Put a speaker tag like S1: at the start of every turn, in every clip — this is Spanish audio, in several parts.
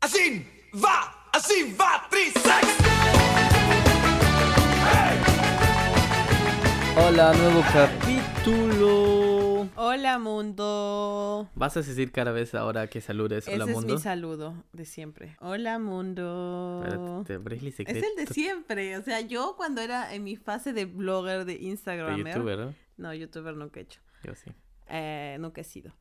S1: Así va, así va, Trisex.
S2: Hola, nuevo capítulo.
S3: Hola mundo.
S2: Vas a decir cada vez ahora que saludes. Hola,
S3: Ese
S2: mundo.
S3: es mi saludo de siempre. Hola mundo.
S2: Espérate, abrirle
S3: Es
S2: secreto
S3: el de siempre. O sea, yo cuando era en mi fase de blogger, de
S2: de
S3: Instagramer.
S2: youtuber, ¿no?
S3: No, youtuber nunca he hecho.
S2: Yo sí.
S3: Eh, nunca he sido.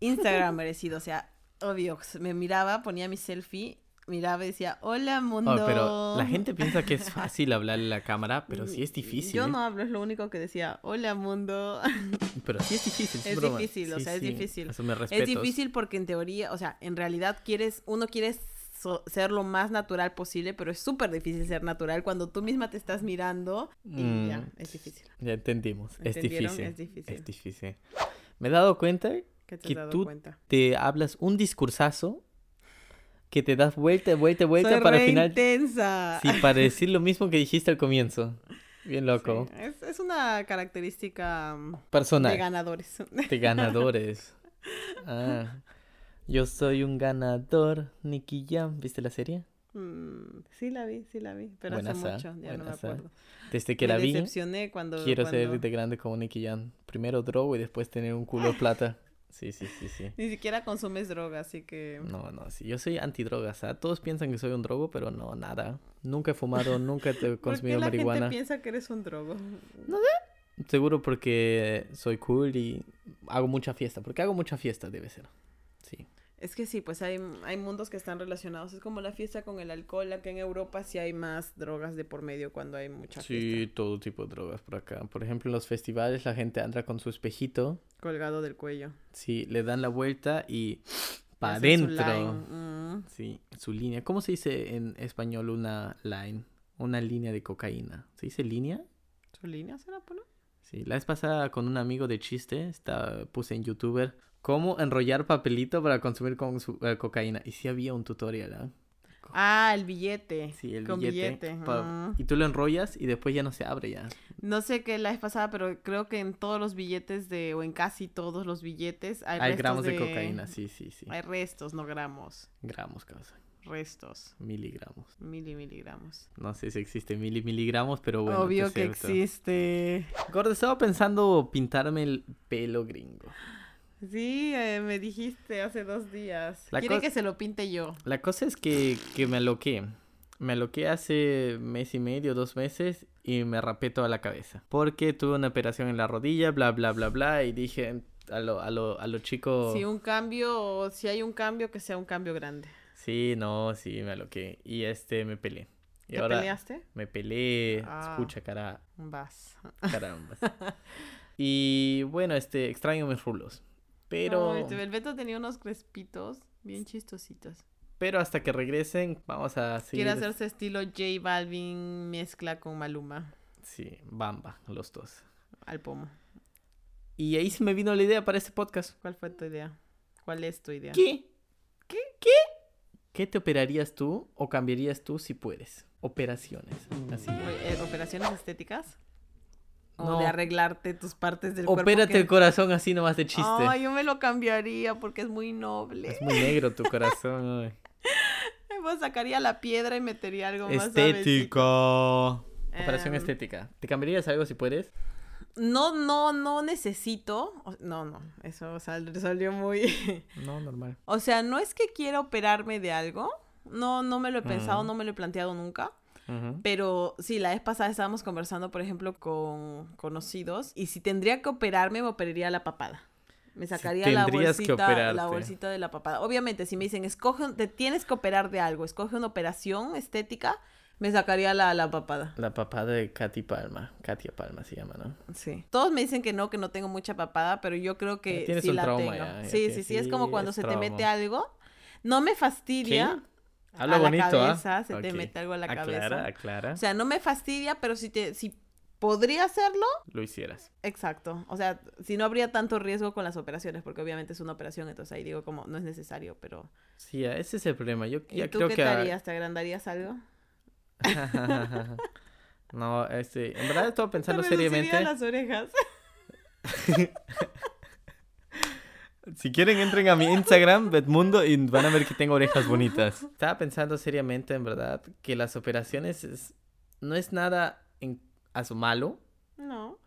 S3: Instagramer he sido. O sea, obvio. Me miraba, ponía mi selfie, miraba y decía, hola mundo.
S2: Oh, pero la gente piensa que es fácil hablarle a la cámara, pero sí es difícil.
S3: Yo
S2: ¿eh?
S3: no hablo, es lo único que decía, hola mundo.
S2: Pero sí es difícil. sin
S3: Es
S2: broma.
S3: difícil, o sea, es difícil.
S2: Asume
S3: Es
S2: respetos.
S3: difícil porque en teoría, o sea, en realidad quieres, uno quiere so- ser lo más natural posible, pero es súper difícil ser natural cuando tú misma te estás mirando y
S2: Mm.
S3: ya, es difícil.
S2: Ya entendimos. Es
S3: ¿Entendieron?
S2: difícil.
S3: Es difícil.
S2: Es difícil. Me he dado cuenta
S3: ¿Qué te
S2: Que
S3: has dado
S2: tú
S3: cuenta?
S2: te hablas un discursazo que te das vuelta, vuelta, vuelta
S3: Soy
S2: para
S3: re
S2: al final.
S3: intensa.
S2: Sí, para decir lo mismo que dijiste al comienzo. Bien loco.
S3: Sí, Es, es una característica mm,
S2: Personal.
S3: de ganadores.
S2: De ganadores. Ah. Yo soy un ganador, Nicky Jam. ¿Viste la serie?
S3: Mm, sí la vi, sí la vi, pero hace
S2: Buenaza,
S3: mucho, ya no me
S2: buenaza.
S3: acuerdo.
S2: Desde que
S3: me
S2: la vi,
S3: decepcioné cuando...
S2: quiero ser
S3: cuando-
S2: de grande como Nicky Jam. Primero drogo y después tener un culo de plata. Sí, sí, sí, sí.
S3: Ni siquiera consumes droga, así que...
S2: No, no, sí. Yo soy antidrogas. ¿ah? Todos piensan que soy un drogo, pero no, nada. Nunca he fumado, nunca he
S3: ¿Por qué
S2: consumido
S3: la
S2: marihuana.
S3: gente piensa que eres un drogo?
S2: Seguro porque soy cool y hago mucha fiesta. Porque hago mucha fiesta, debe ser. Sí.
S3: Es que sí, pues hay, hay mundos que están relacionados. Es como la fiesta con el alcohol. Acá en Europa sí hay más drogas de por medio cuando hay mucha
S2: Sí,
S3: fiesta.
S2: todo tipo de drogas por acá. Por ejemplo, en los festivales la gente anda con su espejito,
S3: Colgado del cuello.
S2: sí, le dan la vuelta y para
S3: Hacen su
S2: adentro.
S3: line, mm.
S2: Sí, su línea. ¿Cómo se dice en español una line? Una línea de cocaína. ¿Se dice línea?
S3: ¿Su línea será, Polo?
S2: Sí, la vez pasada con un amigo de chiste, está, puse en youtuber cómo enrollar papelito para consumir con su- eh, cocaína. Y sí había un tutorial, ¿ah?
S3: Ah, el billete.
S2: Sí, el
S3: Con
S2: billete.
S3: billete,
S2: pa-
S3: mm.
S2: Y tú lo enrollas y después ya no se abre ya.
S3: No sé qué la vez pasada, pero creo que en todos los billetes de, o en casi todos los billetes, hay,
S2: Hay
S3: restos
S2: gramos de... cocaína, sí, sí, sí.
S3: Hay restos, no gramos.
S2: Gramos, causa.
S3: Restos.
S2: Miligramos.
S3: Mil y miligramos.
S2: No sé si existe mil y miligramos, pero bueno.
S3: Obvio
S2: es
S3: que
S2: cierto.
S3: existe.
S2: Gordo, estaba pensando pintarme el pelo gringo.
S3: Sí, eh, me dijiste hace dos días.
S2: La
S3: Quiere
S2: cos-
S3: que se lo pinte yo.
S2: La cosa es que, que me aloqué. Me aloqué hace mes y medio, dos meses, y me rapé toda la cabeza. Porque tuve una operación en la rodilla, bla, bla, bla, bla, y dije a lo, a lo, a lo chico...
S3: Si un cambio, si hay un cambio, que sea un cambio grande.
S2: Sí, no, sí, me aloqué. Y este, me pelé. Y
S3: ¿Te
S2: ahora
S3: peleaste?
S2: me pelé.
S3: Ah.
S2: Escucha, cara,
S3: Vas.
S2: caramba. y bueno, este, extraño mis rulos. Pero...
S3: Ay, te- el Beto tenía unos crespitos bien chistositos.
S2: Pero hasta que regresen, vamos a seguir.
S3: Quiere hacerse estilo J Balvin mezcla con Maluma
S2: Sí, bamba, los dos.
S3: al pomo.
S2: Y ahí se me vino la idea para este podcast.
S3: ¿Cuál fue tu idea? ¿Cuál es tu idea?
S2: ¿Qué? ¿Qué? ¿Qué? ¿Qué te operarías tú o cambiarías tú si puedes? Operaciones. Así.
S3: Oye, eh, ¿Operaciones estéticas? ¿O
S2: No.
S3: de arreglarte tus partes del cuerpo?
S2: Opérate
S3: que-
S2: el corazón así nomás de chiste.
S3: Ay, yo me lo cambiaría porque es muy noble.
S2: Es muy negro tu corazón. ay.
S3: Pues sacaría la piedra y metería algo más suavecito.
S2: Estético. Operación
S3: Em,
S2: estética. ¿Te cambiarías algo si puedes?
S3: No, no, no necesito. o- No, no, eso sal- salió muy.
S2: No, normal.
S3: o sea, no es que quiera operarme de algo. No, no me lo he pensado,
S2: Mm.
S3: no me lo he planteado nunca.
S2: Ujú.
S3: Pero sí, la vez pasada estábamos conversando, por ejemplo, con conocidos. Y si tendría que operarme, me operaría la papada. Me sacaría la
S2: tendrías que
S3: bolsita, la
S2: operarte.
S3: bolsita de la papada. Obviamente, si me dicen, escoge, un- te tienes que operar de algo, escoge una operación estética, me sacaría la, la papada.
S2: La papada de Katy Palma. Katia Palma se llama, ¿no?
S3: Sí. Todos me dicen que no, que no tengo mucha papada, pero yo creo que
S2: Ya tienes
S3: sí
S2: un
S3: la
S2: trauma,
S3: tengo.
S2: ya, ya
S3: sí,
S2: tienes-
S3: sí, sí, es
S2: sí,
S3: como cuando
S2: es
S3: se
S2: trauma.
S3: te mete algo. No me fastidia.
S2: Habla
S3: A la
S2: bonito, ¿ah?
S3: cabeza, se te
S2: Ok.
S3: mete algo a la
S2: Aclara,
S3: cabeza.
S2: aclara.
S3: O sea, no me fastidia, pero si te si podría hacerlo,
S2: Lo hicieras.
S3: exacto. O sea, si no habría tanto riesgo con las operaciones, porque obviamente es una operación, entonces ahí digo como no es necesario, pero
S2: Sí, ah, ese es el problema. Yo
S3: ¿Y
S2: ya
S3: tú
S2: creo
S3: qué
S2: que
S3: te
S2: ah,
S3: harías? ¿Te agrandarías algo?
S2: no, este, en verdad estaba pensando
S3: Me reduciría
S2: seriamente.
S3: las orejas.
S2: Si quieren, entren a mi Instagram, Betmundo, y van a ver que tengo orejas bonitas. Estaba pensando seriamente, en verdad, que las operaciones es- no es nada en, a su malo,
S3: No.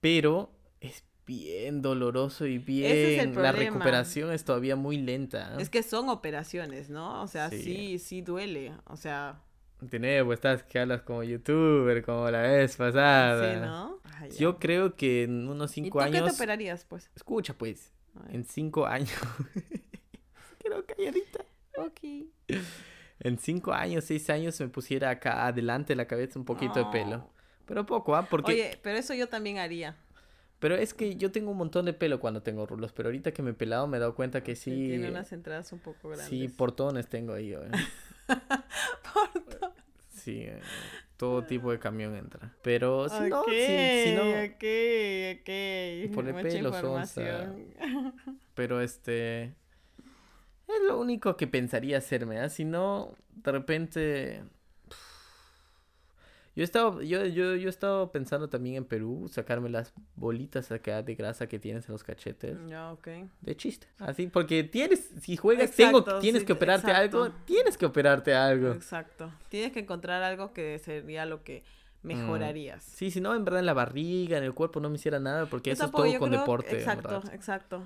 S2: pero es bien doloroso y bien.
S3: Ese es el
S2: La
S3: problema.
S2: recuperación es todavía muy lenta.
S3: Es que son operaciones, ¿no? O sea,
S2: Ah. Sí.
S3: sí, sí, duele. O sea,
S2: De nuevo, estás que hablas como youtuber, como la vez pasada.
S3: sí, ¿no? Ay, ya.
S2: Yo creo que en unos
S3: ¿Y
S2: cinco
S3: tú qué te Ah.
S2: años.
S3: operarías, pues?
S2: Escucha, pues.
S3: Ay,
S2: En cinco años. Creo que ahorita.
S3: Ok.
S2: En cinco años, seis años me pusiera acá adelante de la cabeza un poquito de pelo. Pero poco, ¿ah? Porque.
S3: Oye, pero eso yo también haría.
S2: Pero es que yo tengo un montón de pelo cuando tengo rulos. Pero ahorita que me he pelado me he dado cuenta que
S3: Sí.
S2: sí.
S3: Tiene unas entradas un poco grandes.
S2: Sí, portones tengo ahí. eh.
S3: Por-
S2: Sí, eh, todo tipo de camión entra. Pero si no,
S3: Ok,
S2: si- si no.
S3: ok, ok.
S2: Por el
S3: Mucha
S2: pelo, sonza.
S3: información.
S2: Pero este. Es lo único que pensaría hacerme, ¿ah? Si no, de repente. Yo he estado, yo, yo, yo he estado pensando también en Perú, sacarme las bolitas acá de grasa que tienes en los cachetes.
S3: Ya, ok.
S2: De chiste. Así, porque tienes, si juegas, tengo,
S3: Exacto,
S2: tienes
S3: sí,
S2: que operarte
S3: exacto.
S2: algo, tienes que operarte algo.
S3: Exacto. Tienes que encontrar algo que sería lo que
S2: Mm.
S3: mejorarías.
S2: Sí, si no, en verdad en la barriga, en el cuerpo no me hiciera nada, porque
S3: Yo
S2: eso es
S3: tampoco,
S2: todo
S3: yo
S2: con
S3: creo-
S2: deporte. en
S3: Exacto,
S2: verdad.
S3: exacto.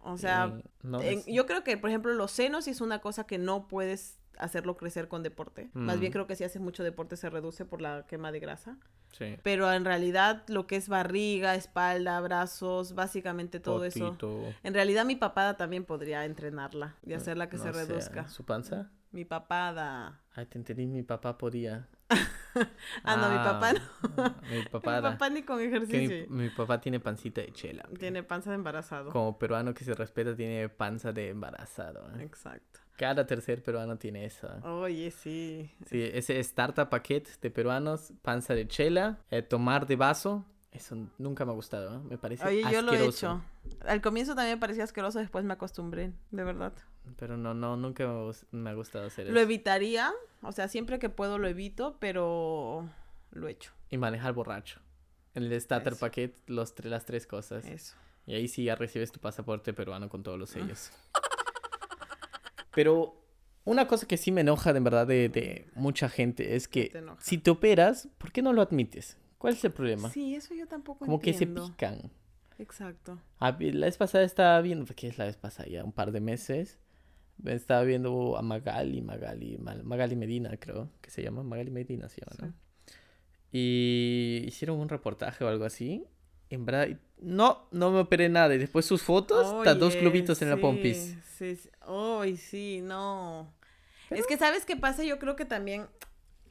S3: O sea,
S2: Y no
S3: en-
S2: es-
S3: yo creo que, por ejemplo, los senos sí es una cosa que no puedes hacerlo crecer con deporte. Más bien
S2: Mm.
S3: creo que si haces mucho deporte se reduce por la quema de grasa.
S2: sí.
S3: Pero en realidad lo que es barriga, espalda, brazos, básicamente todo eso.
S2: Potito,
S3: En realidad mi papada también podría entrenarla y
S2: no-
S3: hacerla que
S2: no
S3: se
S2: sé,
S3: reduzca.
S2: ¿Su panza?
S3: Mi papada.
S2: Ay, te entendí, mi papá podía.
S3: Ah, no, mi papá no.
S2: ah, Mi papá,
S3: mi
S2: da-
S3: papá ni con
S2: que mi-
S3: ejercicio.
S2: mi, papá tiene pancita de chela. pe.
S3: Tiene panza de embarazado.
S2: Como peruano que se respeta, tiene panza de embarazado. ¿eh?
S3: Exacto.
S2: Cada tercer peruano tiene eso. ¿eh?
S3: Oye, sí.
S2: Sí, ese startup paquete de peruanos, panza de chela, eh, tomar de vaso, eso nunca me ha gustado, ¿eh? me parece
S3: Oye, yo
S2: asqueroso.
S3: lo he hecho. Al comienzo también me parecía asqueroso, después me acostumbré, de verdad.
S2: Pero no, no, nunca me gus- me ha gustado hacer
S3: Lo
S2: eso.
S3: evitaría, o sea, siempre que puedo lo evito, pero lo he hecho.
S2: Y manejar borracho. En el starter
S3: Eso.
S2: paquete, los tre- las tres cosas.
S3: Eso.
S2: Y ahí sí ya recibes tu pasaporte peruano con todos los
S3: Ah.
S2: sellos. Pero una cosa que sí me enoja de en verdad de, de mucha gente es que
S3: te enoja?
S2: si te operas, ¿por qué no lo admites? ¿Cuál es el problema?
S3: Sí, eso yo tampoco
S2: Como que se
S3: entiendo.
S2: pican.
S3: Exacto.
S2: Ah, vi- La vez pasada estaba viendo, ¿qué es la vez pasada? Ya un par de meses. Estaba viendo a Magali, Magali, Mal- Magali Medina, creo que se llama. Magali Medina se llama, ¿no? Y hicieron un reportaje o algo así. En verdad, y- no, no me operé nada. Y después sus fotos, está dos
S3: Oye,
S2: globitos en la
S3: sí,
S2: pompis.
S3: Sí, sí. Ay, sí, no. Es que, ¿sabes qué pasa? Yo creo que también.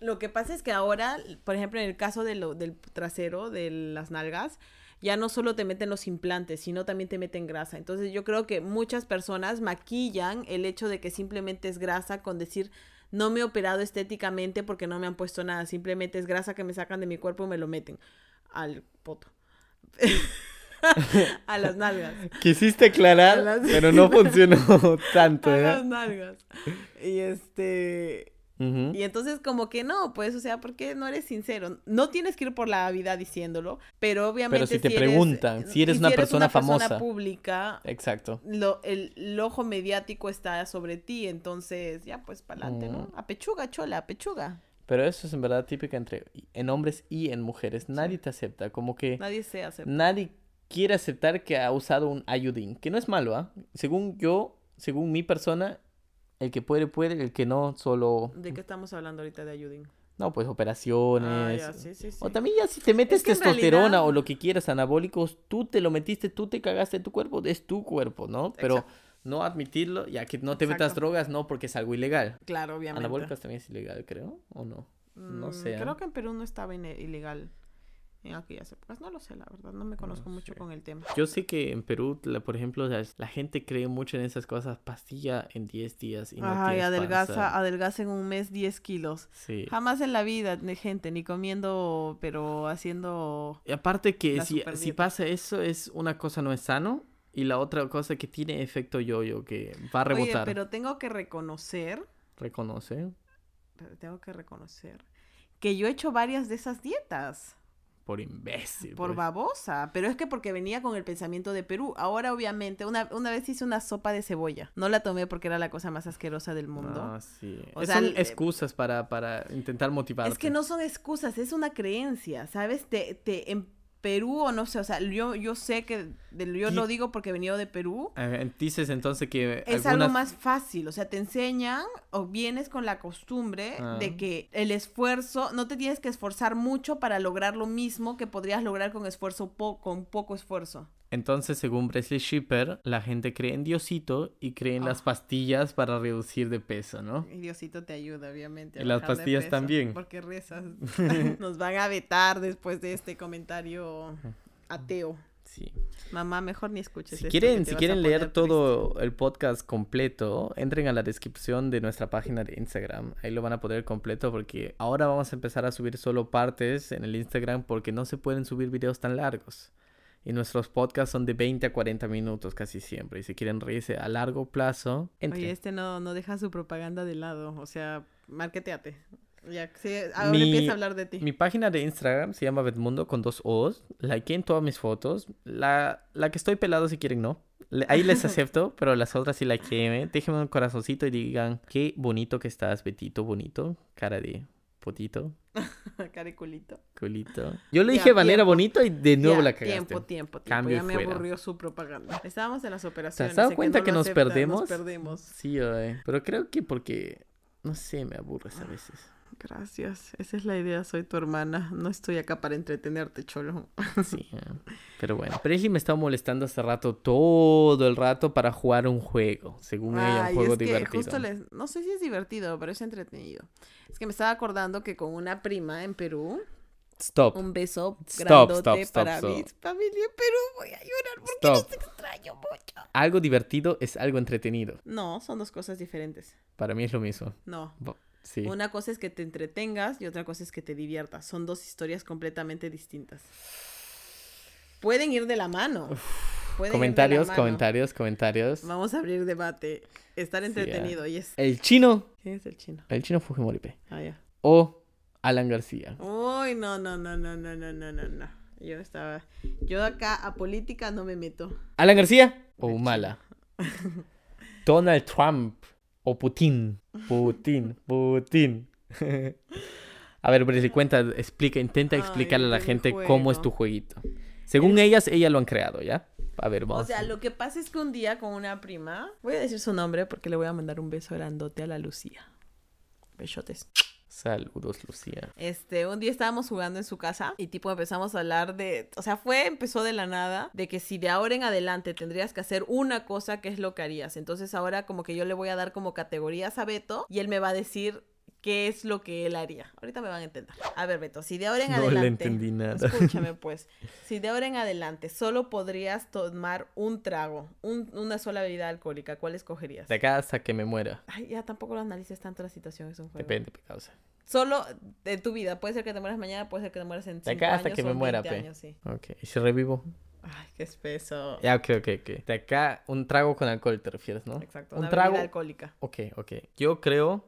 S3: Lo que pasa es que ahora, por ejemplo, en el caso de lo- del trasero, de las nalgas, ya no solo te meten los implantes, sino también te meten grasa. Entonces, yo creo que muchas personas maquillan el hecho de que simplemente es grasa con decir. No me he operado estéticamente porque no me han puesto nada. Simplemente es grasa que me sacan de mi cuerpo y me lo meten al poto. a las nalgas.
S2: Quisiste aclarar,
S3: Las-
S2: pero no funcionó tanto, ¿eh?
S3: A
S2: ¿verdad?
S3: las nalgas. Y este.
S2: Ujú.
S3: Y entonces, como que no, pues, o sea, porque no eres sincero? No tienes que ir por la vida diciéndolo, pero obviamente.
S2: si te
S3: eres-
S2: preguntan, si eres
S3: y
S2: una persona famosa.
S3: pública,
S2: Exacto.
S3: lo- el, el ojo mediático está sobre ti, entonces, ya, pues, para adelante, ¿no?
S2: Mm.
S3: A pechuga, chola, a pechuga.
S2: Pero eso es en verdad típico entre en hombres y en mujeres. Nadie te acepta, como que
S3: Nadie se hace.
S2: nadie quiere aceptar que ha usado un ayudín, que no es malo, ¿ah? Según yo, según mi persona, el que puede puede, el que no solo
S3: ¿De qué estamos hablando ahorita de Ayudín?
S2: no, pues operaciones.
S3: Ah, ya, sí, sí, sí.
S2: O también ya si te metes
S3: que en
S2: testosterona
S3: realidad-
S2: o lo que quieras, anabólicos, tú te lo metiste, tú te cagaste tu cuerpo, es tu cuerpo, ¿no? Pero
S3: Exacto.
S2: no admitirlo, ya que no te metas
S3: Exacto.
S2: drogas, no, porque es algo ilegal.
S3: Claro, obviamente.
S2: Anabólicos también es ilegal, creo, ¿o no? No
S3: Mm,
S2: sé. ¿ah?
S3: Creo que en Perú no estaba ine- ilegal en aquellas épocas. No lo sé, la verdad. No me conozco mucho
S2: sé.
S3: con el tema.
S2: Yo sé que en Perú, la- por ejemplo, la, la gente cree mucho en esas cosas, pastilla en 10 días y no
S3: Ay,
S2: tienes
S3: adelgaza,
S2: panza.
S3: adelgaza en un mes 10 kilos.
S2: Sí.
S3: Jamás en la vida, ni- gente, ni comiendo, pero haciendo...
S2: Y aparte que
S3: La
S2: si, si
S3: superdieta.
S2: pasa eso, es una cosa no es sano y la otra cosa que tiene efecto yo-yo, que va a
S3: Oye,
S2: rebotar.
S3: pero tengo que reconocer,
S2: Reconoce.
S3: tengo que reconocer que yo he hecho varias de esas dietas.
S2: Por imbécil.
S3: Por
S2: pues.
S3: babosa, pero es que porque venía con el pensamiento de Perú. Ahora, obviamente, una, una vez hice una sopa de cebolla. No la tomé porque era la cosa más asquerosa del mundo.
S2: Ah, sí.
S3: O
S2: Es-
S3: sea,
S2: son
S3: el-
S2: excusas para, para intentar motivarte.
S3: es que no son excusas, es una creencia, ¿sabes? Te, te, en Perú, o no sé, o sea, yo, yo sé que, de- yo
S2: Ti-
S3: lo digo porque he venido de Perú.
S2: Eh, Dices entonces que algunas-
S3: Es algo más fácil, o sea, te enseñan o vienes con la costumbre
S2: Ah.
S3: de que el esfuerzo, no te tienes que esforzar mucho para lograr lo mismo que podrías lograr con esfuerzo po- con poco esfuerzo.
S2: Entonces, según Presley Shipper, la gente cree en Diosito y cree en
S3: Ah.
S2: las pastillas para reducir de peso, ¿no?
S3: Y Diosito te ayuda, obviamente.
S2: Y las
S3: bajar de
S2: pastillas también.
S3: Porque rezas. Nos van a vetar después de este comentario ateo.
S2: Sí.
S3: Mamá, mejor ni escuches.
S2: Si
S3: esto, que
S2: quieren,
S3: te
S2: si
S3: vas a
S2: quieren leer
S3: poner
S2: todo el podcast completo, entren a la descripción de nuestra página de Instagram. Ahí lo van a poder completo porque ahora vamos a empezar a subir solo partes en el Instagram porque no se pueden subir videos tan largos. Y nuestros podcasts son de 20 a 40 minutos casi siempre. Y si quieren reírse a largo plazo,
S3: triste.
S2: entren.
S3: Oye, este no, no deja su propaganda de lado. O sea, marqueteate. Ya, sí, ahora
S2: Mi-
S3: empieza a hablar de ti.
S2: Mi página de Instagram se llama Betmundo con dos O's. Likeen todas mis fotos. La, la que estoy pelado, si quieren, no. Le- Ahí les acepto, pero las otras sí likeen. Déjenme un corazoncito y digan qué bonito que estás, Betito, bonito. Cara de potito,
S3: Cariculito.
S2: culito. Yo le
S3: Ya,
S2: dije manera
S3: tiempo.
S2: bonito y de nuevo
S3: Ya,
S2: la cagaste.
S3: Tiempo, tiempo, tiempo.
S2: Cambio
S3: ya
S2: y
S3: me
S2: fuera.
S3: aburrió su propaganda. Estábamos en las operaciones.
S2: ¿Te has dado
S3: sé
S2: cuenta
S3: no
S2: que
S3: lo
S2: nos
S3: aceptan,
S2: perdemos?
S3: Nos perdemos.
S2: Sí, ay, pero creo que porque, no sé, me aburres a veces.
S3: Gracias. Esa es la idea. Soy tu hermana. No estoy acá para entretenerte, cholo.
S2: Sí, eh, pero bueno. Presley me estaba molestando hace rato, todo el rato, para jugar un juego. Según ella, un
S3: Ay,
S2: juego
S3: es que
S2: divertido.
S3: justo les... No sé si es divertido, pero es entretenido. Es que me estaba acordando que con una prima en Perú,
S2: Stop.
S3: un beso
S2: Stop,
S3: grandote
S2: stop, stop,
S3: para
S2: stop.
S3: mi familia en Perú. Voy a llorar porque
S2: Stop.
S3: los extraño mucho.
S2: Algo divertido es algo entretenido.
S3: No, son dos cosas diferentes.
S2: Para mí es lo mismo.
S3: No.
S2: Bo- Sí.
S3: Una cosa es que te entretengas y otra cosa es que te diviertas. Son dos historias completamente distintas. Pueden ir de la mano. Pueden ir de la
S2: Comentarios,
S3: mano.
S2: comentarios, comentarios.
S3: Vamos a abrir debate. Estar
S2: Sí,
S3: entretenido. y es...
S2: El chino.
S3: ¿Quién es el chino?
S2: El chino Fujimori P.
S3: Ah, ya.
S2: O Alan García.
S3: Uy, no, no, no, no, no, no, no, no, no. Yo estaba... Yo acá a política no me meto.
S2: Alan García o Humala. Donald Trump o Putin. Putin, Putin. a ver, Brisley, cuenta, explica, intenta
S3: Ay,
S2: explicarle a la
S3: mi
S2: gente cómo es
S3: juego.
S2: tu jueguito. Según ellas, ellas lo han creado, ¿ya? A ver,
S3: O
S2: vamos.
S3: sea, lo que pasa es que un día con una prima... Voy a decir su nombre porque le voy a mandar un beso grandote a la Lucía. Besotes.
S2: Saludos, Lucía.
S3: Este, un día estábamos jugando en su casa y tipo empezamos a hablar de, o sea, fue, empezó de la nada, de que si de ahora en adelante tendrías que hacer una cosa, ¿qué es lo que harías? Entonces ahora como que yo le voy a dar como categorías a Beto y él me va a decir qué es lo que él haría. Ahorita me van a entender. A ver, Beto, si de ahora en
S2: No le
S3: adelante...
S2: entendí nada.
S3: Escúchame pues, si de ahora en adelante solo podrías tomar un trago, un- una sola bebida alcohólica, ¿cuál escogerías?
S2: De acá hasta que me muera.
S3: Ay, ya tampoco lo analices tanto la situación, es un juego.
S2: Depende, pe causa.
S3: Solo de tu vida. Puede ser que te mueras mañana, puede ser que te mueras en 5
S2: De
S3: años.
S2: acá hasta que
S3: o
S2: me muera,
S3: 20
S2: pe.
S3: años, sí.
S2: Ok, ¿y si revivo?
S3: Ay, qué espeso.
S2: Ya, ok, ok, ok. De acá, un trago con alcohol te refieres, ¿no?
S3: Exacto.
S2: Un
S3: Una
S2: trago.
S3: bebida alcohólica.
S2: Ok, ok. Yo creo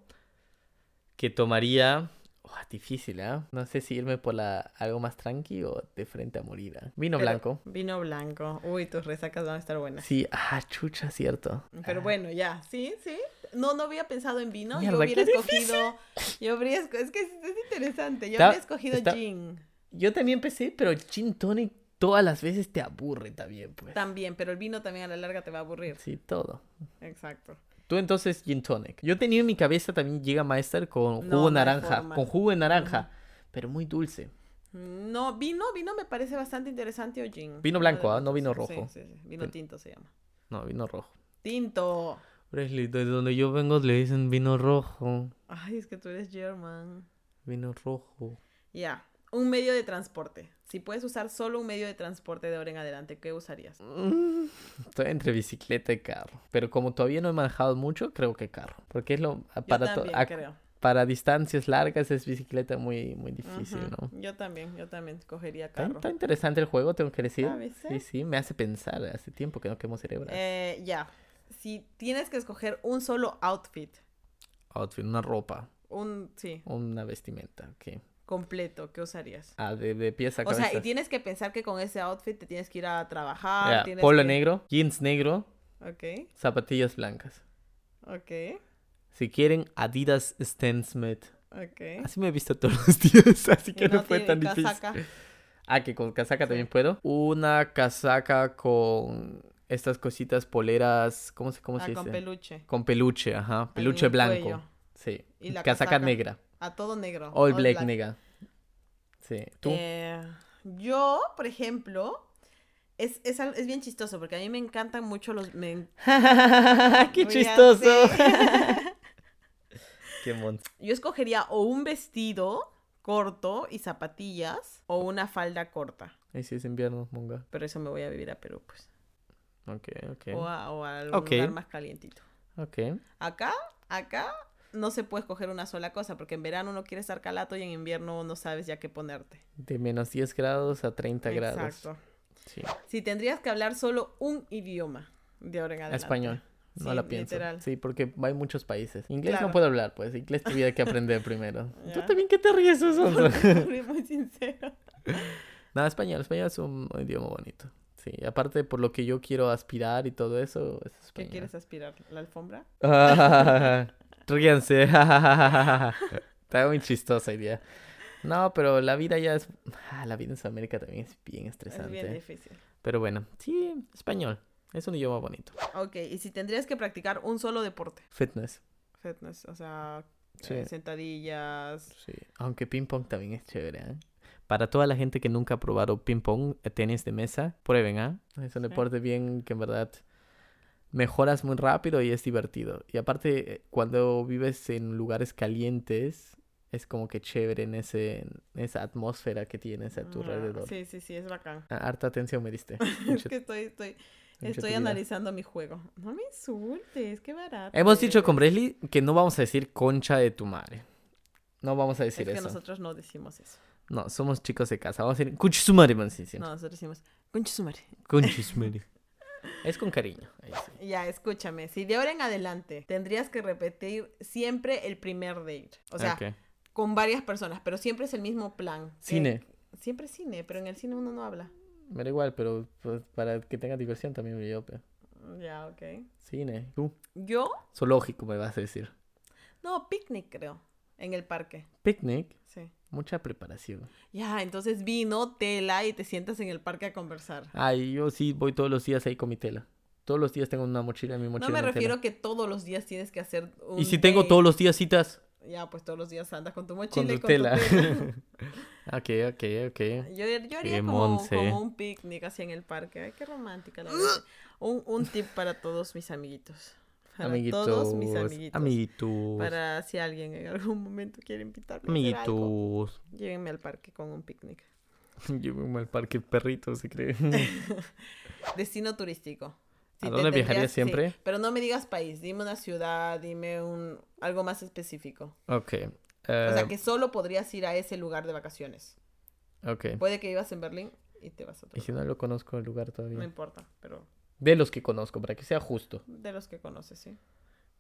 S2: que tomaría. Oh, es difícil, ¿ah? No sé si irme por la algo más tranqui o de frente a morir. ¿ah? Vino
S3: Pero-
S2: blanco.
S3: Vino blanco. Uy, tus resacas van a estar buenas.
S2: Sí, ah, chucha, cierto.
S3: Pero
S2: Ah,
S3: bueno, ya. Sí, sí. No, no había pensado en vino.
S2: Mierda,
S3: yo hubiera
S2: qué
S3: escogido. Yo habría esco- Es que es, es interesante. Yo
S2: Está-
S3: habría escogido
S2: está-
S3: gin
S2: Yo también empecé, pero el gin tonic todas las veces te aburre también, pues.
S3: también, pero el vino también a la larga te va a aburrir.
S2: Sí, todo.
S3: Exacto.
S2: Tú entonces gin tonic. Yo tenía en mi cabeza también llega Maester con jugo
S3: No, no hay
S2: naranja,
S3: forma.
S2: con jugo de naranja, pero muy dulce.
S3: No, vino, vino me parece bastante interesante o gin.
S2: Vino
S3: Una de
S2: blanco,
S3: las
S2: ¿ah? No
S3: dos.
S2: vino
S3: Sí,
S2: rojo.
S3: sí, sí. Vino
S2: Vin-
S3: tinto se llama.
S2: No, vino rojo.
S3: Tinto.
S2: Presley, de donde yo vengo le dicen vino rojo,
S3: Ay, es que tú eres German.
S2: vino rojo.
S3: Ya, un medio de transporte. Si puedes usar solo un medio de transporte de ahora en adelante, ¿qué usarías?
S2: Mm, Estoy entre bicicleta y carro, pero como todavía no he manejado mucho, creo que carro, porque es lo para
S3: Yo
S2: to-
S3: también,
S2: a-
S3: creo.
S2: para distancias largas es bicicleta muy muy difícil,
S3: Ujú.
S2: ¿no?
S3: Yo también, yo también escogería
S2: Está,
S3: carro.
S2: está interesante el juego, tengo que decir.
S3: ¿Sabes,
S2: Sí,
S3: eh?
S2: sí, me hace pensar. Hace tiempo que no quemo cerebro.
S3: Eh, ya, si tienes que escoger un solo outfit,
S2: Outfit, una ropa,
S3: un, sí,
S2: una vestimenta, ok.
S3: completo, ¿qué usarías?
S2: Ah, de, de pies a
S3: O
S2: cabeza.
S3: sea, y tienes que pensar que con ese outfit te tienes que ir a trabajar.
S2: Ya,
S3: tienes
S2: Polo
S3: que-
S2: negro, jeans negro,
S3: Ok,
S2: zapatillas blancas.
S3: ok,
S2: Si quieren, Adidas Stan Smith.
S3: ok.
S2: Así me he visto todos los días, así
S3: ¿Eh? Y
S2: que no,
S3: no
S2: fue
S3: tiene
S2: tan difícil.
S3: casaca.
S2: Ah, que con casaca
S3: Sí.
S2: también puedo. Una casaca con estas cositas, poleras, ¿cómo se, cómo
S3: Ah,
S2: se dice?
S3: con peluche.
S2: Con peluche, ajá. Peluche
S3: el
S2: blanco.
S3: cuello.
S2: Sí.
S3: Y la
S2: casaca,
S3: casaca.
S2: negra.
S3: A todo negro.
S2: All,
S3: all
S2: black,
S3: black.
S2: negra. Sí. ¿Tú?
S3: Eh, yo, por ejemplo, es, es, al- es bien chistoso porque a mí me encantan mucho los... Me, en-
S2: ¡Qué
S3: Voy a-
S2: chistoso!
S3: sí.
S2: ¡Qué mon...
S3: yo escogería o un vestido corto y zapatillas o una falda corta.
S2: Ahí sí es invierno, monga.
S3: Pero eso me voy a vivir a Perú, pues.
S2: Ok, ok.
S3: O a, o a algún
S2: Ok.
S3: lugar más calientito.
S2: Ok.
S3: Acá, acá no se puede escoger una sola cosa porque en verano uno quiere estar calato y en invierno no sabes ya qué ponerte.
S2: De menos 10 grados a 30 grados.
S3: Exacto.
S2: Sí.
S3: Si tendrías que hablar solo un idioma de ahora en adelante.
S2: Español. No
S3: Sí,
S2: la pienso.
S3: literal.
S2: Sí, porque hay muchos países. Inglés
S3: Claro.
S2: no puedo hablar, pues. Inglés tuviera que aprender primero. Tú
S3: Ya.
S2: también que te ríes, Susan.
S3: Soy muy sincero.
S2: No, español. Español es un idioma bonito. Sí, y aparte por lo que yo quiero aspirar y todo eso, es
S3: ¿Qué
S2: español.
S3: quieres aspirar? ¿La alfombra?
S2: Ah, Ríanse. Está muy chistosa idea. No, pero la vida ya es... Ah, la vida en Sudamérica también es bien
S3: Es
S2: estresante.
S3: bien difícil.
S2: Pero bueno, sí, español. Es un idioma bonito.
S3: Ok, y si tendrías que practicar un solo deporte.
S2: Fitness.
S3: Fitness, o sea,
S2: Sí.
S3: eh, sentadillas.
S2: Sí, aunque ping pong también es chévere, ¿eh? Para toda la gente que nunca ha probado ping pong, eh, tenis de mesa, prueben, ¿ah? Es un
S3: Sí.
S2: deporte bien que en verdad mejoras muy rápido y es divertido. Y aparte, eh, cuando vives en lugares calientes, es como que chévere en, ese, en esa atmósfera que tienes a tu
S3: Ah,
S2: alrededor.
S3: Sí, sí, sí, es bacán.
S2: Ah, Harta atención me diste.
S3: Es
S2: Mucha-
S3: que estoy, estoy,
S2: mucha
S3: estoy
S2: actividad.
S3: analizando mi juego. No me insultes, qué barato.
S2: Hemos dicho
S3: eres.
S2: con Bresley que no vamos a decir concha de tu madre. No vamos a
S3: Es
S2: decir
S3: que
S2: eso.
S3: nosotros no decir eso.
S2: No, somos chicos de casa. Vamos a decir cuchusumare, vamos a decir.
S3: No, nosotros decimos, conche su madre".
S2: Conchis, Es con cariño. ahí sí.
S3: Ya, escúchame, si de ahora en adelante tendrías que repetir siempre el primer date, o sea, eh,
S2: Ok.
S3: con varias personas, pero siempre es el mismo plan. eh, que-
S2: Cine.
S3: siempre cine, pero en el cine uno no habla.
S2: Me da igual, pero pues, para que tenga diversión también me pero...
S3: Mm, Ya, ok.
S2: Cine. Tú.
S3: Yo,
S2: Zoológico, me vas a decir.
S3: no, picnic creo, en el parque,
S2: Picnic.
S3: sí.
S2: Mucha preparación.
S3: Ya, entonces vino, tela y te sientas en el parque a conversar.
S2: Ay, yo sí voy todos los días ahí con mi tela. Todos los días tengo una mochila en mi mochila.
S3: no
S2: una
S3: me
S2: tela.
S3: refiero que todos los días tienes que hacer un
S2: Y si tengo todos los días citas
S3: los... Ya, pues todos los días andas con tu
S2: con
S3: mochila y
S2: tu
S3: con
S2: tela.
S3: tu tela.
S2: ok, ok, ok.
S3: Yo, yo haría
S2: Qué
S3: como,
S2: monse.
S3: como un picnic así en el parque. Ay, qué romántica la verdad. Un, un tip para todos mis amiguitos. Para
S2: amiguitos.
S3: todos mis amiguitos.
S2: Amiguitos.
S3: Para si alguien en algún momento quiere invitarme a hacer algo,
S2: Amiguitos.
S3: llévenme al parque con un picnic.
S2: Llévenme al parque perrito, se cree.
S3: Destino turístico.
S2: ¿A
S3: te
S2: dónde viajarías
S3: tendrías- sí,
S2: siempre?
S3: pero no me digas país, dime una ciudad, dime un algo más específico.
S2: ok.
S3: O
S2: eh,
S3: sea, que solo podrías ir a ese lugar de vacaciones.
S2: Ok.
S3: Puede que vivas en Berlín y te vas a otro.
S2: Y si
S3: lugar.
S2: no lo conozco el lugar
S3: No
S2: todavía.
S3: importa, pero
S2: De los que conozco, para que sea justo.
S3: de los que conoces, sí.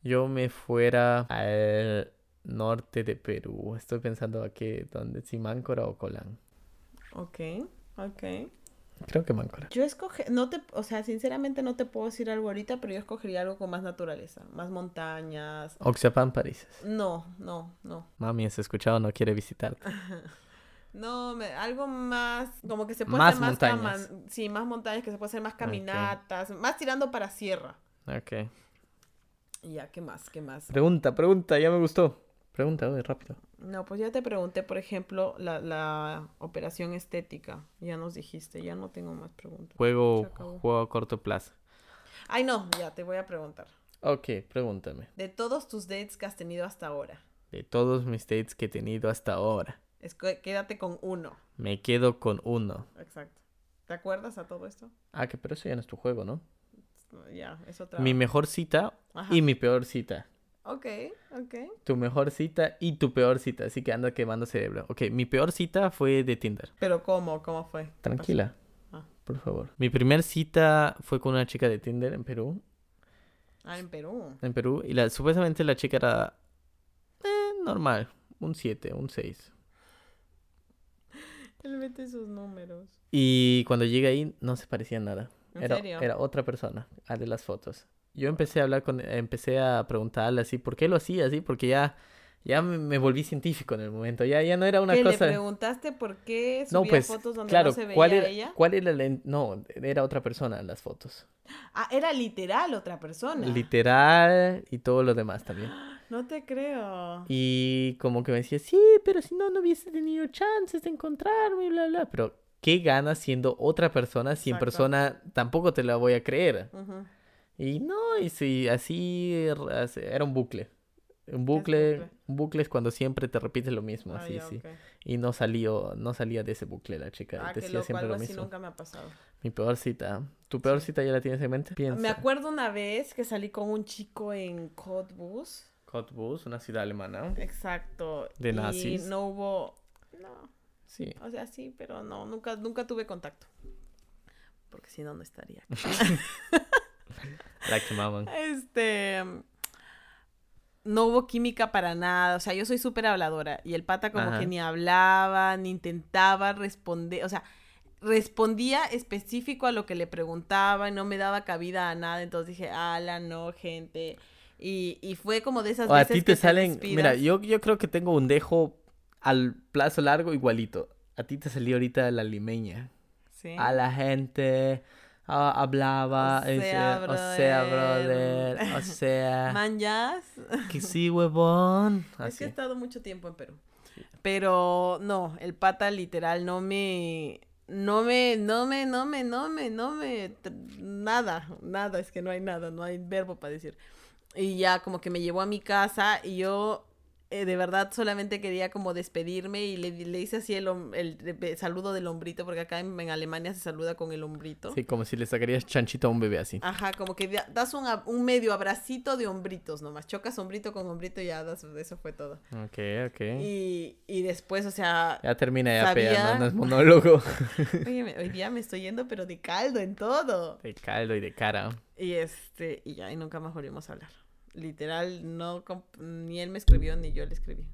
S2: Yo me fuera al norte de Perú. Estoy pensando a qué, dónde, si Máncora o Colán.
S3: Ok, ok.
S2: Creo que Máncora.
S3: Yo escoge, no te, o sea, sinceramente no te puedo decir algo ahorita, pero yo escogería algo con más naturaleza, más montañas.
S2: Oxapam, París.
S3: No, no, no.
S2: Mami, has escuchado, no quiere visitarte.
S3: No, me- algo más, como que se puede
S2: Más
S3: hacer más
S2: montañas.
S3: cama- sí, más montañas, que se puede hacer más caminatas, más tirando para sierra.
S2: Ok.
S3: Y ya, ¿qué más? ¿Qué más?
S2: Pregunta, pregunta, ya me gustó. Pregunta, oye, rápido.
S3: No, pues ya te pregunté, por ejemplo, la, la operación estética. Ya nos dijiste, ya no tengo más preguntas. Se
S2: Juego,
S3: acabó.
S2: juego a corto plazo.
S3: Ay, no, ya te voy a preguntar.
S2: Ok, pregúntame.
S3: De todos tus dates que has tenido hasta ahora,
S2: De todos mis dates que he tenido hasta ahora,
S3: esco- quédate con uno.
S2: me quedo con uno.
S3: Exacto. ¿Te acuerdas a todo esto?
S2: Ah, que pero eso ya no es tu juego, ¿no?
S3: Ya, es otra.
S2: Mi mejor cita
S3: Ajá.
S2: y mi peor cita.
S3: Ok, ok.
S2: Tu mejor cita y tu peor cita, así que anda quemando cerebro. Ok, mi peor cita fue de Tinder.
S3: Pero ¿cómo? ¿Cómo fue? ¿Qué
S2: Tranquila,
S3: Ah.
S2: por favor. Mi primer cita fue con una chica de Tinder en Perú.
S3: pasó? Ah, en Perú.
S2: En Perú, y la, supuestamente la chica era eh, normal, un 7, un 6.
S3: Él mete sus números.
S2: Y cuando llegué ahí no se parecía nada.
S3: ¿En
S2: era,
S3: serio?
S2: era otra persona, al de las fotos. Yo empecé a hablar con, empecé a preguntarle así, ¿por qué lo hacía así? Porque ya, ya me, me volví científico en el momento. Ya, ya no era una
S3: ¿Que
S2: cosa.
S3: le preguntaste por qué subía
S2: no, pues,
S3: fotos donde
S2: claro,
S3: no se veía
S2: ¿cuál era,
S3: ella?
S2: cuál era la en- no, era otra persona en las fotos.
S3: Ah, era literal otra persona.
S2: Literal y todo lo demás también.
S3: no te creo.
S2: Y como que me decía, sí, pero si no, no hubiese tenido chances de encontrarme, bla, bla. Pero, ¿qué ganas siendo otra persona si en
S3: Exacto.
S2: persona tampoco te la voy a creer?
S3: Ujú.
S2: Y no, y sí, así, er- así- era un bucle. Un bucle,
S3: bucle?
S2: un bucle es cuando siempre te repites lo mismo,
S3: Ah,
S2: así,
S3: ya,
S2: sí.
S3: ok.
S2: Y no salió, no salía de ese bucle la chica,
S3: Ah, que
S2: decía
S3: loco,
S2: siempre
S3: algo
S2: lo
S3: así
S2: mismo.
S3: nunca me ha pasado.
S2: Mi peor cita. ¿Tu peor cita ya la tienes en mente? Piensa.
S3: Me acuerdo una vez que salí con un chico en Cottbus.
S2: Cottbus, una ciudad alemana.
S3: Exacto.
S2: De
S3: y
S2: nazis.
S3: no hubo. No.
S2: Sí.
S3: O sea, sí, pero no. Nunca, nunca tuve contacto. Porque si no, no estaría. aquí.
S2: La que maman.
S3: Este. No hubo química para nada. O sea, yo soy súper habladora. Y el pata como
S2: Ajá.
S3: que ni hablaba, ni intentaba responder. O sea, respondía específico a lo que le preguntaba y no me daba cabida a nada. Entonces dije, ala, no, gente. Y, y fue como de esas
S2: O a
S3: veces
S2: ti
S3: que
S2: te salen, mira,
S3: despidas.
S2: yo, yo creo que tengo un dejo al plazo largo igualito. A ti te salió ahorita la limeña.
S3: Sí.
S2: A la gente ah, hablaba,
S3: O
S2: eh,
S3: sea,
S2: o sea,
S3: brother.
S2: brother, o sea,
S3: Manjas.
S2: que sí, huevón.
S3: Es que he
S2: Así.
S3: estado mucho tiempo en Perú. Pero no, el pata literal no me. No me, no me, no me, no me, no me. tr- Nada, nada, es que no hay nada, no hay verbo para decir. Y ya como que me llevó a mi casa y yo eh, de verdad solamente quería como despedirme y le, le hice así el, hom- el, el saludo del hombrito, porque acá en, en Alemania se saluda con el hombrito.
S2: Sí, como si le sacarías chanchito a un bebé así.
S3: Ajá, como que da- das un, ab- un medio abracito de hombritos nomás. Chocas hombrito con hombrito y ya das, eso fue todo.
S2: Ok, ok.
S3: Y, y después, o sea,
S2: Ya termina ya,
S3: sabía-
S2: pea, ¿no? No es monólogo.
S3: oye, me- hoy día me estoy yendo, pero de caldo en todo.
S2: De caldo y de cara.
S3: Y este, y ya, y nunca más volvimos a hablar. Literal, no, comp- ni él me escribió, ni yo le escribí.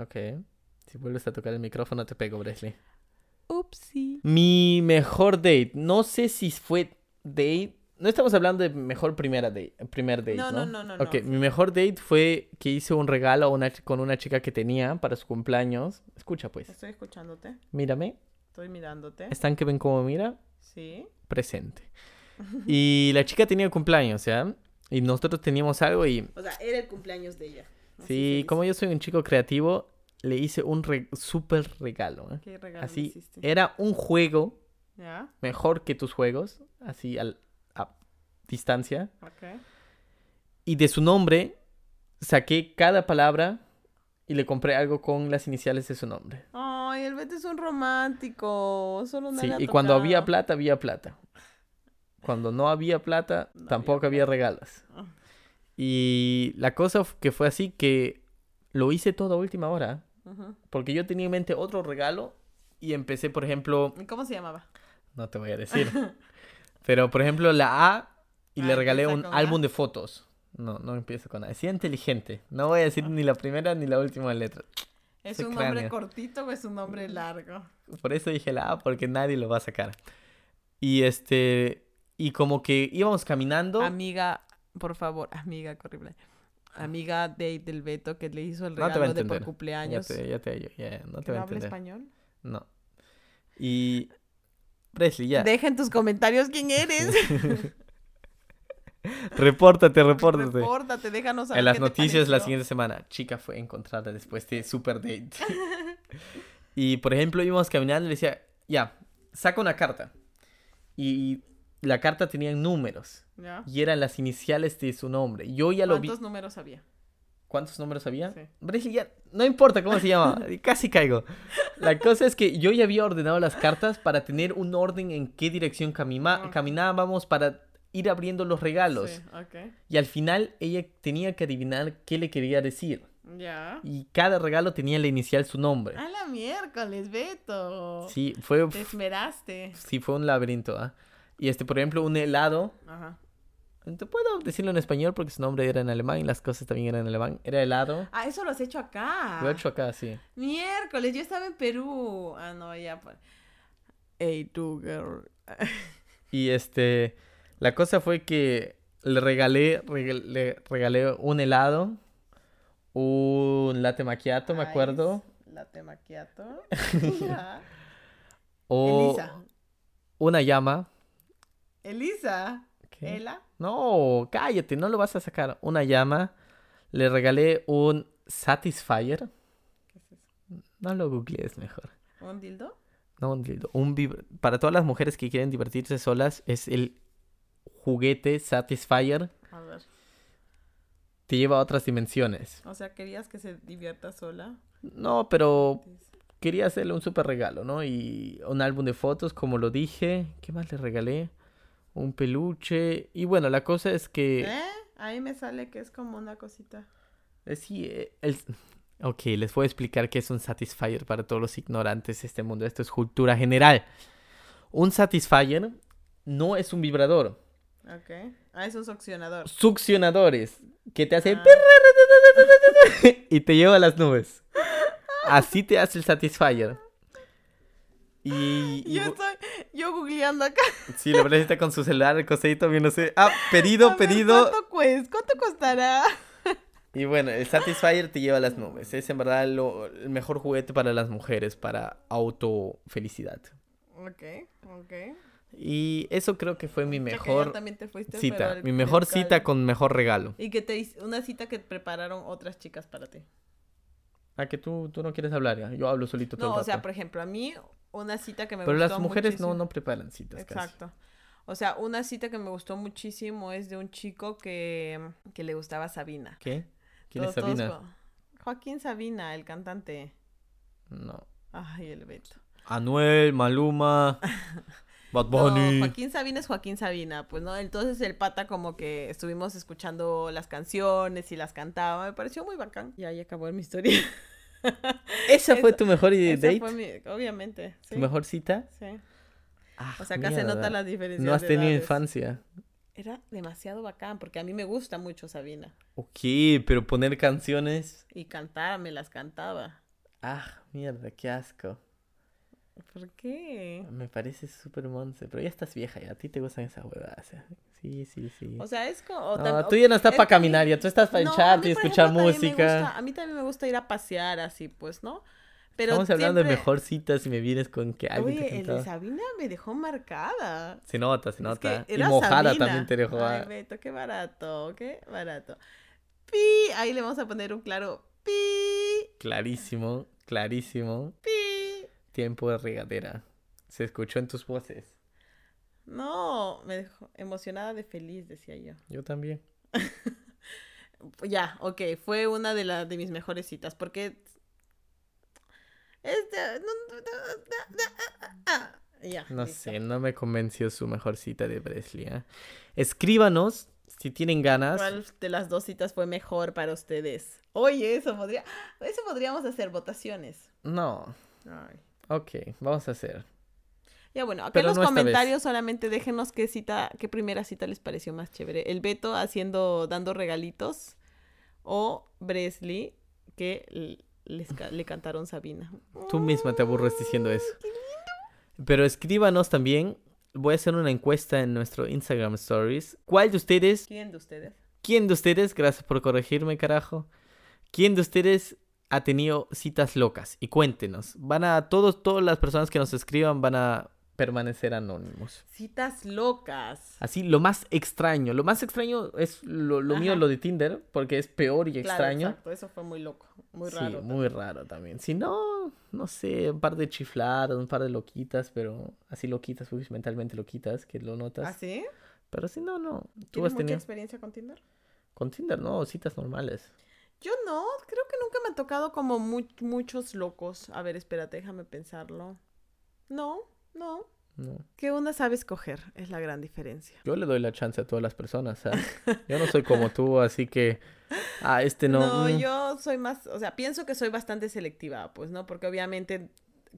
S2: Ok. Si vuelves a tocar el micrófono, te pego, Bresley.
S3: Upsi.
S2: Mi mejor date. No sé si fue date. No estamos hablando de mejor primera date, primer date,
S3: No,
S2: ¿no?
S3: no, no, no, no.
S2: Ok, mi mejor date fue que hice un regalo a una ch- con una chica que tenía para su cumpleaños. Escucha, pues.
S3: Estoy escuchándote,
S2: Mírame.
S3: estoy mirándote.
S2: Están que ven como mira.
S3: Sí.
S2: Presente. Y la chica tenía cumpleaños, ¿ya? Y nosotros teníamos algo y...
S3: O sea, era el cumpleaños de ella.
S2: Sí,
S3: Así feliz.
S2: como yo soy un chico creativo, le hice un re- súper regalo, ¿eh?
S3: ¿Qué regalo le
S2: Así,
S3: hiciste?
S2: era un juego
S3: ¿Ya?
S2: mejor que tus juegos, así al- a distancia.
S3: Ok.
S2: Y de su nombre saqué cada palabra y le compré algo con las iniciales de su nombre.
S3: Ay, el Beto es un romántico. Solo no
S2: Sí,
S3: le ha
S2: y cuando
S3: tocado.
S2: había plata, había plata. Cuando no había plata,
S3: No había
S2: tampoco había, regalos.
S3: Ah.
S2: Y la cosa f- que fue así que lo hice todo a última hora,
S3: Ujú.
S2: porque yo tenía en mente otro regalo y empecé, por ejemplo,
S3: ¿Y ¿Cómo se llamaba?
S2: no te voy a decir, pero por ejemplo la A y
S3: Ah,
S2: le regalé
S3: empieza
S2: un
S3: con A.
S2: álbum de fotos. No, no empieza con A. Decía inteligente. No voy a decir ni la primera ni la última letra.
S3: ¿Es
S2: Ese
S3: un nombre
S2: cráneo.
S3: cortito o es un nombre largo?
S2: Por eso dije la A, porque nadie lo va a sacar. Y este. Y como que íbamos caminando.
S3: Amiga, por favor, amiga, horrible. Amiga de, del Beto que le hizo el
S2: No
S3: regalo
S2: te va a
S3: de por
S2: entender. Ya
S3: cumpleaños.
S2: te, ya te, ya, ya, no
S3: ¿Que
S2: te
S3: no
S2: va a
S3: habla
S2: entender.
S3: español?
S2: No. Y. Presley, ya.
S3: Deja en tus comentarios quién eres.
S2: Repórtate, repórtate.
S3: Repórtate, déjanos saber.
S2: en las
S3: qué te
S2: noticias la
S3: pareció.
S2: siguiente semana. Chica fue encontrada después de Super Date. y por ejemplo, íbamos caminando y le decía, ya, saca una carta. Y, y la carta tenía números.
S3: ¿Ya?
S2: Y eran las iniciales de su nombre. Yo ya lo vi.
S3: ¿Cuántos números había?
S2: ¿Cuántos números había?
S3: Sí.
S2: Bresley ya, no importa cómo se llama, casi caigo. La cosa es que yo ya había ordenado las cartas para tener un orden en qué dirección camima-
S3: Ah.
S2: caminábamos para ir abriendo los regalos.
S3: Sí, ok.
S2: Y al final ella tenía que adivinar qué le quería decir.
S3: Ya.
S2: Y cada regalo tenía la inicial su nombre.
S3: A la miércoles, Beto.
S2: Sí, fue,
S3: Te esmeraste.
S2: sí, fue un laberinto. ¿ah? Y este, por ejemplo, un helado
S3: Ajá.
S2: Te puedo decirlo en español porque su nombre era en alemán y las cosas también eran en alemán. Era helado.
S3: Ah, eso lo has hecho acá.
S2: Lo he hecho acá, sí.
S3: Miércoles, yo estaba en Perú. Ah, no, ya. pues. Hey, tú, girl.
S2: Y este, la cosa fue que le regalé, regal- le regalé un helado, un latte macchiato, me
S3: Ice
S2: acuerdo.
S3: Latte macchiato. Ya.
S2: O
S3: Elisa.
S2: una llama.
S3: Elisa.
S2: ¿Qué?
S3: Ela.
S2: No, cállate, no lo vas a sacar. Una llama. Le regalé un Satisfyer.
S3: ¿Qué es eso?
S2: No lo googlees mejor.
S3: ¿Un dildo?
S2: No, un dildo. Un vibra- Para todas las mujeres que quieren divertirse solas, es el juguete Satisfyer.
S3: A ver.
S2: Te lleva a otras dimensiones.
S3: O sea, querías que se divierta sola.
S2: No, pero
S3: Entonces,
S2: quería hacerle un super regalo, ¿no? Y un álbum de fotos, como lo dije. ¿Qué más le regalé? Un peluche. Y bueno, la cosa es que...
S3: ¿Eh? Ahí me sale que es como una cosita.
S2: Eh, Sí, eh, el... Ok, les voy a explicar qué es un satisfier para todos los ignorantes de este mundo. Esto es cultura general. Un satisfier no es un vibrador.
S3: Ok. Ah, es un
S2: Pues,
S3: succionador.
S2: Succionadores que te hace
S3: Ah.
S2: y te lleva a las nubes. Así te hace el satisfier. Y, y
S3: Yo
S2: bu-
S3: estoy, yo googleando acá.
S2: sí, la verdad está con su celular, el cosedito, bien no sé. Ah, pedido,
S3: A ver,
S2: pedido.
S3: ¿Cuánto, cuesta? ¿Cuánto costará?
S2: Y bueno, el Satisfyer te lleva a las nubes. Es en verdad lo- el mejor juguete para las mujeres, para autofelicidad.
S3: Ok, ok.
S2: Y eso creo que fue mi
S3: Ya que ya
S2: mejor
S3: también te fuiste, pero
S2: cita.
S3: al-
S2: Mi mejor
S3: del cal-
S2: cita con mejor regalo.
S3: Y que te hice una cita que prepararon otras chicas para ti.
S2: Ah, que tú, tú no quieres hablar, ya. Yo hablo solito todo
S3: No,
S2: el
S3: o sea,
S2: rato.
S3: por ejemplo, a mí una cita que me
S2: Pero
S3: gustó
S2: las mujeres no,
S3: muchísimo-
S2: no preparan citas casi.
S3: Exacto. O sea, una cita que me gustó muchísimo es de un chico que, que le gustaba Sabina.
S2: ¿Qué? ¿Quién es
S3: Todos- todos
S2: Sabina?
S3: co- Joaquín Sabina, el cantante.
S2: No.
S3: Ay, el Beto.
S2: Anuel, Maluma, Bad
S3: No,
S2: Bunny.
S3: Joaquín Sabina es Joaquín Sabina, pues no, entonces el pata como que estuvimos escuchando las canciones y las cantaba, me pareció muy bacán. Y ahí acabó mi historia.
S2: ¿Esa fue
S3: esa-
S2: tu mejor eh,
S3: Esa
S2: date?
S3: fue mi- obviamente, sí.
S2: ¿Tu mejor cita?
S3: sí.
S2: Ah,
S3: O sea, acá se
S2: mierda.
S3: nota la diferencia.
S2: No has
S3: de
S2: tenido
S3: edades.
S2: infancia.
S3: Era demasiado bacán porque a mí me gusta mucho Sabina
S2: Ok, pero poner canciones.
S3: y cantar, me las cantaba.
S2: Ah, mierda, qué asco.
S3: ¿Por qué?
S2: Me parece súper monce. Pero ya estás vieja, ya. A ti te gustan esas huevadas. ya. Sí, sí, sí.
S3: O sea, es como... o tam-
S2: No,
S3: o-
S2: tú ya no estás
S3: es
S2: para
S3: que a mí-
S2: caminar, ya tú estás para
S3: No, a
S2: echarte
S3: mí,
S2: y
S3: por
S2: escuchar
S3: ejemplo, también me gusta-
S2: música.
S3: a mí también me gusta ir a pasear así, pues, ¿no? Pero
S2: Estamos hablando de
S3: siempre-
S2: mejor citas y me vienes con que alguien
S3: Oye,
S2: te
S3: el de
S2: cantaba.
S3: Sabina me dejó marcada.
S2: Se nota, se
S3: Es
S2: nota.
S3: que
S2: y
S3: era
S2: mojada
S3: Sabina.
S2: también te dejó.
S3: Ay,
S2: ah.
S3: Beto, qué barato, qué barato. Pi, ahí le vamos a poner un claro pi,
S2: Clarísimo, clarísimo.
S3: pi.
S2: Tiempo de regadera. Se escuchó en tus voces.
S3: No, me dejó emocionada de feliz, decía yo.
S2: Yo también.
S3: Ya, ok, fue una de las de mis mejores citas, porque este no- no- no- no- no- ah, ah. ya.
S2: No
S3: listo.
S2: sé, no me convenció su mejor cita de Presley. ¿eh? Escríbanos si tienen ganas.
S3: ¿Cuál de las dos citas fue mejor para ustedes? Oye, eso podría, eso podríamos hacer votaciones.
S2: No.
S3: Ay.
S2: Ok, vamos a hacer.
S3: Ya bueno, acá
S2: Pero
S3: en los
S2: no esta vez.
S3: comentarios solamente déjenos qué cita, qué primera cita les pareció más chévere. El Beto haciendo, dando regalitos o Bresley que l- les ca- le cantaron Sabina.
S2: Tú
S3: Mm,
S2: misma te aburres diciendo eso. Pero escríbanos también. Voy a hacer una encuesta en nuestro Instagram Stories. ¿Cuál de ustedes,
S3: ¿Quién de ustedes?
S2: quién de ustedes, gracias por corregirme, carajo, quién de ustedes ha tenido citas locas? Y cuéntenos. Van a todos, todas las personas que nos escriban van a permanecer anónimos.
S3: Citas locas.
S2: Así, lo más extraño. Lo más extraño es lo, lo mío,
S3: Ajá.
S2: lo de Tinder, porque es peor y
S3: Claro,
S2: extraño.
S3: exacto, eso fue muy loco, muy
S2: sí,
S3: raro.
S2: muy raro también. Si no, no sé, un par de chifladas, un par de loquitas, pero así loquitas, uy, mentalmente loquitas, que lo notas.
S3: ¿Ah, sí?
S2: Pero si no, no. ¿Tú
S3: ¿Tienes
S2: has
S3: mucha
S2: tenido
S3: experiencia con Tinder?
S2: con Tinder? No, citas normales.
S3: Yo no, creo que nunca me han tocado como mu- muchos locos. A ver, espérate, déjame pensarlo. No, no.
S2: No.
S3: Que una sabe escoger, es la gran diferencia.
S2: Yo le doy la chance a todas las personas. ¿sabes? Yo no soy como tú, así que... Ah, este no.
S3: No,
S2: mm,
S3: yo soy más, o sea, pienso que soy bastante selectiva, pues, ¿no? Porque obviamente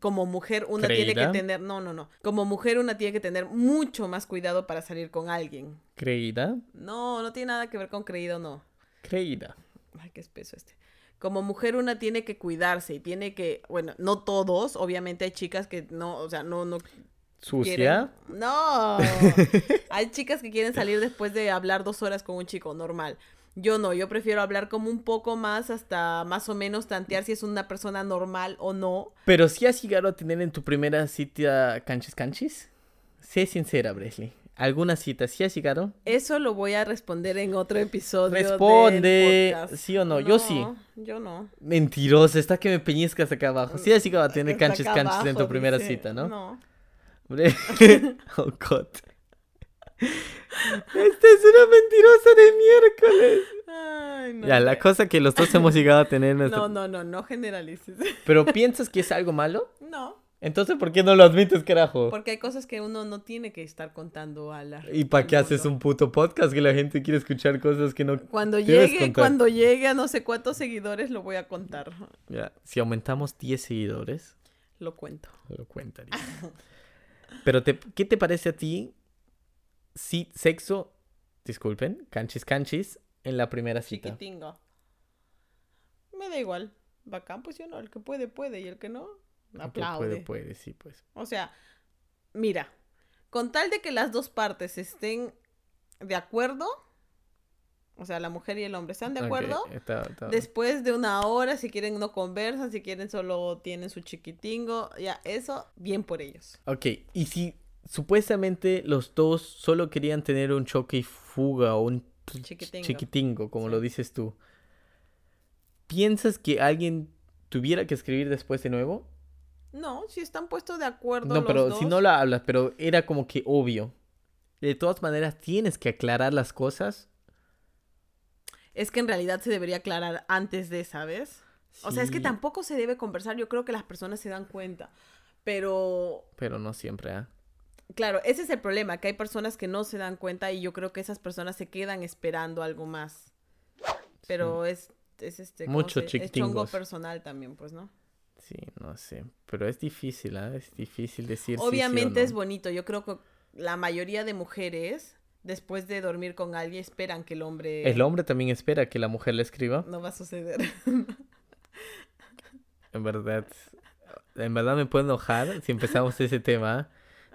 S3: como mujer una tiene
S2: ¿Creída?
S3: que tener, no, no, no, como mujer una tiene que tener mucho más cuidado para salir con alguien.
S2: Creída.
S3: No, no tiene nada que ver con creído, no.
S2: Creída.
S3: Ay, qué espeso este. Como mujer una tiene que cuidarse y tiene que, bueno, no todos, obviamente hay chicas que no, o sea, no, no
S2: Sucia.
S3: quieren- No. Hay chicas que quieren salir después de hablar dos horas con un chico, normal. Yo no, yo prefiero hablar como un poco más hasta más o menos tantear si es una persona normal o no.
S2: Pero si has llegado a tener en tu primera cita canchis canchis. Sé sincera, Bresley. ¿Alguna cita sí has llegado?
S3: Eso lo voy a responder en otro episodio. del
S2: Responde,
S3: podcast.
S2: ¿sí o no? Yo sí.
S3: Yo no.
S2: Mentirosa, está que me peñizcas acá abajo. Sí has llegado a tener
S3: Hasta
S2: canchis
S3: acá
S2: canchis en tu
S3: abajo,
S2: primera
S3: dice.
S2: cita, ¿no?
S3: No.
S2: Bre- oh, God. Esta es una mentirosa de miércoles.
S3: Ay, no.
S2: Ya, la cosa que los dos hemos llegado a tener en nuestra...
S3: No, no, no, no generalices.
S2: ¿Pero piensas que es algo malo?
S3: No,
S2: Entonces, ¿por qué no lo admites, carajo?
S3: porque hay cosas que uno no tiene que estar contando a la
S2: ¿Y para
S3: al
S2: qué haces
S3: mundo.
S2: un puto podcast que la gente quiere escuchar cosas que no...
S3: Cuando
S2: debes
S3: llegue,
S2: contar?
S3: cuando llegue a no sé cuántos seguidores lo voy a contar.
S2: Ya, si aumentamos 10 seguidores,
S3: Lo cuento.
S2: lo cuentaría. Pero, te- ¿qué te parece a ti si sexo, disculpen, canchis canchis, en la primera cita?
S3: Chiquitingo. Me da igual. Bacán, pues yo no. El que puede, puede. Y el que no,
S2: Ok,
S3: aplaude.
S2: Puede, puede, sí, pues.
S3: O sea, mira, con tal de que las dos partes estén de acuerdo, o sea, la mujer y el hombre están de
S2: Ok,
S3: acuerdo,
S2: está- está-
S3: después de una hora, si quieren no conversan, si quieren solo tienen su chiquitingo, ya, eso, bien por ellos.
S2: Ok, y si supuestamente los dos solo querían tener un choque y fuga o un ch-
S3: Chiquitingo.
S2: chiquitingo, como
S3: Sí.
S2: lo dices tú, ¿piensas que alguien tuviera que escribir después de nuevo?
S3: No, si están puestos de acuerdo.
S2: No,
S3: los
S2: pero si
S3: dos,
S2: no lo hablas, pero era como que obvio. De todas maneras, tienes que aclarar las cosas.
S3: Es que en realidad se debería aclarar antes de, ¿sabes? O sea, es que
S2: Sí,
S3: tampoco se debe conversar, yo creo que las personas se dan cuenta, pero
S2: Pero no siempre, ¿ah?
S3: Claro, ese es el problema, que hay personas que no se dan cuenta y yo creo que esas personas se quedan esperando algo más. Pero es, es este... ¿cómo
S2: Muchos
S3: se- Es chongo
S2: chiquitingos.
S3: personal también, pues, ¿no?
S2: Sí, no sé. Pero es difícil, ¿ah? Es difícil decir sí, sí o
S3: Obviamente es
S2: no.
S3: bonito, yo creo que la mayoría de mujeres, después de dormir con alguien, esperan que el hombre...
S2: El hombre también espera que la mujer le escriba.
S3: No va a suceder.
S2: En verdad, en verdad me puedo enojar si empezamos ese tema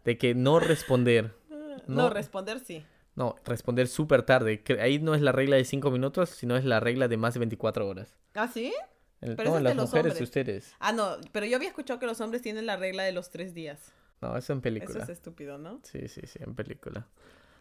S2: de que no responder.
S3: no.
S2: No.
S3: responder sí.
S2: No, responder súper tarde. que Ahí no es la regla de 5 minutos, sino es la regla de más de 24 horas.
S3: ¿Ah, sí?
S2: El-
S3: Pero
S2: no,
S3: eso es de
S2: las
S3: los
S2: mujeres,
S3: hombres.
S2: ustedes.
S3: Ah, no, pero yo había escuchado que los hombres tienen la regla de los tres días.
S2: No, eso en
S3: Eso
S2: película.
S3: es estúpido, ¿no?
S2: Sí, sí, sí, en película.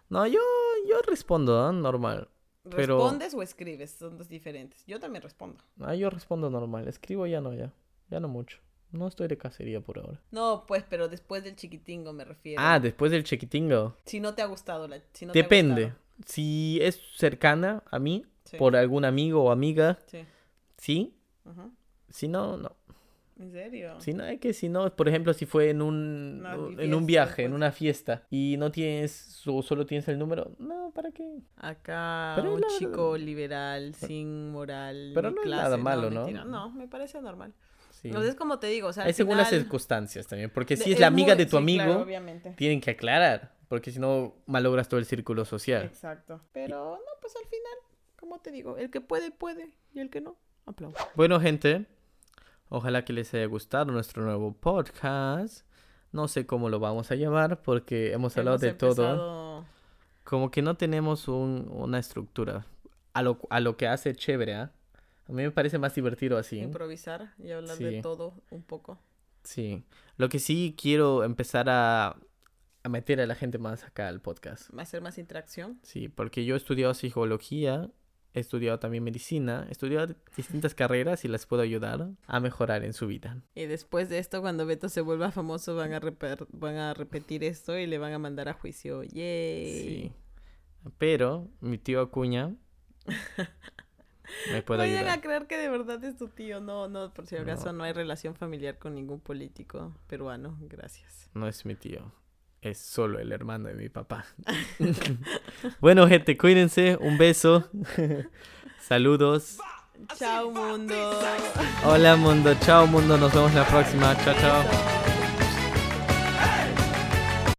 S2: No, yo, yo respondo, ¿ah? normal. Pero-
S3: ¿Respondes o escribes? Son dos diferentes. Yo también respondo.
S2: Ah, yo respondo normal. Escribo ya no, ya. Ya no mucho. No estoy de cacería por ahora.
S3: No, pues, pero después del chiquitingo me refiero.
S2: Ah, después del chiquitingo.
S3: Si no te ha gustado la... Si no te ha
S2: Depende.
S3: gustado.
S2: Si es cercana a mí,
S3: Sí.
S2: por algún amigo o amiga,
S3: Sí.
S2: sí.
S3: Ujú.
S2: Si no, no.
S3: ¿En serio?
S2: Si no, es que si no, por ejemplo, si fue en un,
S3: Una
S2: un- en
S3: fiesta,
S2: un viaje, en
S3: pues.
S2: una fiesta, y no tienes, o solo tienes el número, no, ¿para qué?
S3: Acá
S2: Pero es
S3: un
S2: la verdad.
S3: chico liberal, sin moral.
S2: Pero
S3: ni
S2: no es
S3: clase,
S2: nada malo, ¿no?
S3: mentira. No, me parece normal.
S2: Sí.
S3: Entonces, como te digo, o sea. al
S2: es según las
S3: final-
S2: circunstancias también, porque
S3: de-
S2: si es la amiga
S3: muy-
S2: de tu
S3: sí,
S2: amigo,
S3: claro, obviamente.
S2: tienen que aclarar, porque si no, malogras todo el círculo social.
S3: Exacto. Pero no, pues al final, como te digo, el que puede, puede. Y el que no, aplaudo.
S2: Bueno, gente, ojalá que les haya gustado nuestro nuevo podcast. No sé cómo lo vamos a llamar, porque hemos hablado de todo.
S3: todo.
S2: Como que no tenemos un- una estructura. A lo, a lo que hace chévere, ¿ah? A mí me parece más divertido así.
S3: Improvisar y hablar de
S2: Sí.
S3: todo un poco.
S2: Sí. Lo que sí quiero empezar a, a meter a la gente más acá al podcast.
S3: Hacer más interacción.
S2: Sí, porque yo he estudiado psicología, he estudiado también medicina, he estudiado distintas carreras y las puedo ayudar a mejorar en su vida.
S3: Y después de esto, cuando Beto se vuelva famoso, van a, reper- van a repetir esto y le van a mandar a juicio. ¡Yay!
S2: Sí. Pero mi tío Acuña me puede
S3: Vayan a
S2: ayudar.
S3: creer que de verdad es tu tío. No, no, por si
S2: No.
S3: acaso no, hay relación familiar con ningún político peruano. Gracias.
S2: No es mi tío. Es solo el hermano de mi papá. bueno, gente, cuídense. Un beso. Saludos.
S1: Va
S3: Chao mundo.
S2: Hola mundo, chao mundo, nos vemos la próxima. Chao, chao.
S3: Chao.